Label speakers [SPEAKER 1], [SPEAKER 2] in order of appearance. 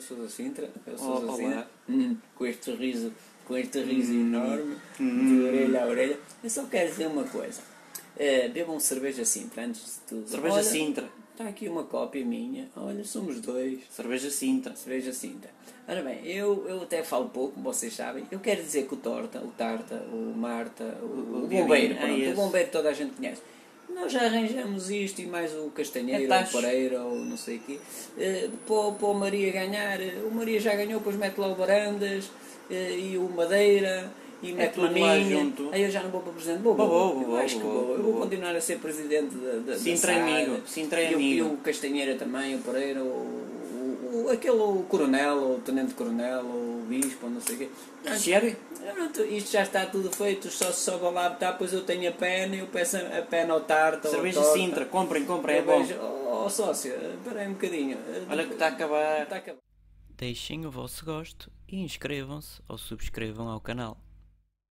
[SPEAKER 1] Sousa Sintra, eu
[SPEAKER 2] Olá.
[SPEAKER 1] sou Zazina, com este riso, com este riso enorme, de
[SPEAKER 2] Hum.
[SPEAKER 1] orelha a orelha. Eu só quero dizer uma coisa. Eh, bebam cerveja Sintra antes de tudo.
[SPEAKER 2] Cerveja
[SPEAKER 1] Olha,
[SPEAKER 2] Sintra.
[SPEAKER 1] Está aqui uma cópia minha. Olha, somos dois.
[SPEAKER 2] Cerveja Sintra.
[SPEAKER 1] Cerveja Sinta. Ora bem, eu, eu até falo pouco, vocês sabem. Eu quero dizer que o Torta, o Tarta, o Marta, o,
[SPEAKER 2] O-
[SPEAKER 1] o
[SPEAKER 2] o
[SPEAKER 1] Bombeiro,
[SPEAKER 2] Dionísio, é
[SPEAKER 1] pronto,
[SPEAKER 2] esse.
[SPEAKER 1] o Bombeiro toda a gente conhece. Nós já arranjamos isto e mais o Castanheiro, ou
[SPEAKER 2] É
[SPEAKER 1] o
[SPEAKER 2] tacho.
[SPEAKER 1] Pereira, ou não sei o quê, eh, para, o Maria ganhar. eh, O Maria já ganhou, depois mete lá o Barandas eh, e o Madeira. E mete
[SPEAKER 2] É tudo
[SPEAKER 1] a
[SPEAKER 2] lá
[SPEAKER 1] minha.
[SPEAKER 2] junto.
[SPEAKER 1] Aí eu já não vou para presidente. Vou,
[SPEAKER 2] Vou,
[SPEAKER 1] vou,
[SPEAKER 2] vou,
[SPEAKER 1] Eu
[SPEAKER 2] vou,
[SPEAKER 1] acho que
[SPEAKER 2] vou,
[SPEAKER 1] vou. Eu
[SPEAKER 2] vou.
[SPEAKER 1] vou continuar a ser presidente da, da, da
[SPEAKER 2] Sintra
[SPEAKER 1] SAD.
[SPEAKER 2] amigo, Sintra
[SPEAKER 1] E o- e
[SPEAKER 2] amigo.
[SPEAKER 1] o Castanheira também, o Pereira, o, o- o- aquele o coronel, ou o tenente-coronel, ou o bispo, ou não sei o quê.
[SPEAKER 2] Sério?
[SPEAKER 1] Pronto, isto já está tudo feito, só se sobe lá, tá, pois eu tenho a pena, eu peço a a pena ao tarta,
[SPEAKER 2] Cerveja
[SPEAKER 1] ou ao torta.
[SPEAKER 2] Sintra. Comprem, comprem, é
[SPEAKER 1] Eu
[SPEAKER 2] bom.
[SPEAKER 1] vejo, ó ó, sócio, espera aí um bocadinho. Tá
[SPEAKER 2] Olha que está a acabar.
[SPEAKER 1] Está a acabar.
[SPEAKER 3] Deixem o vosso gosto e inscrevam-se ou subscrevam ao canal.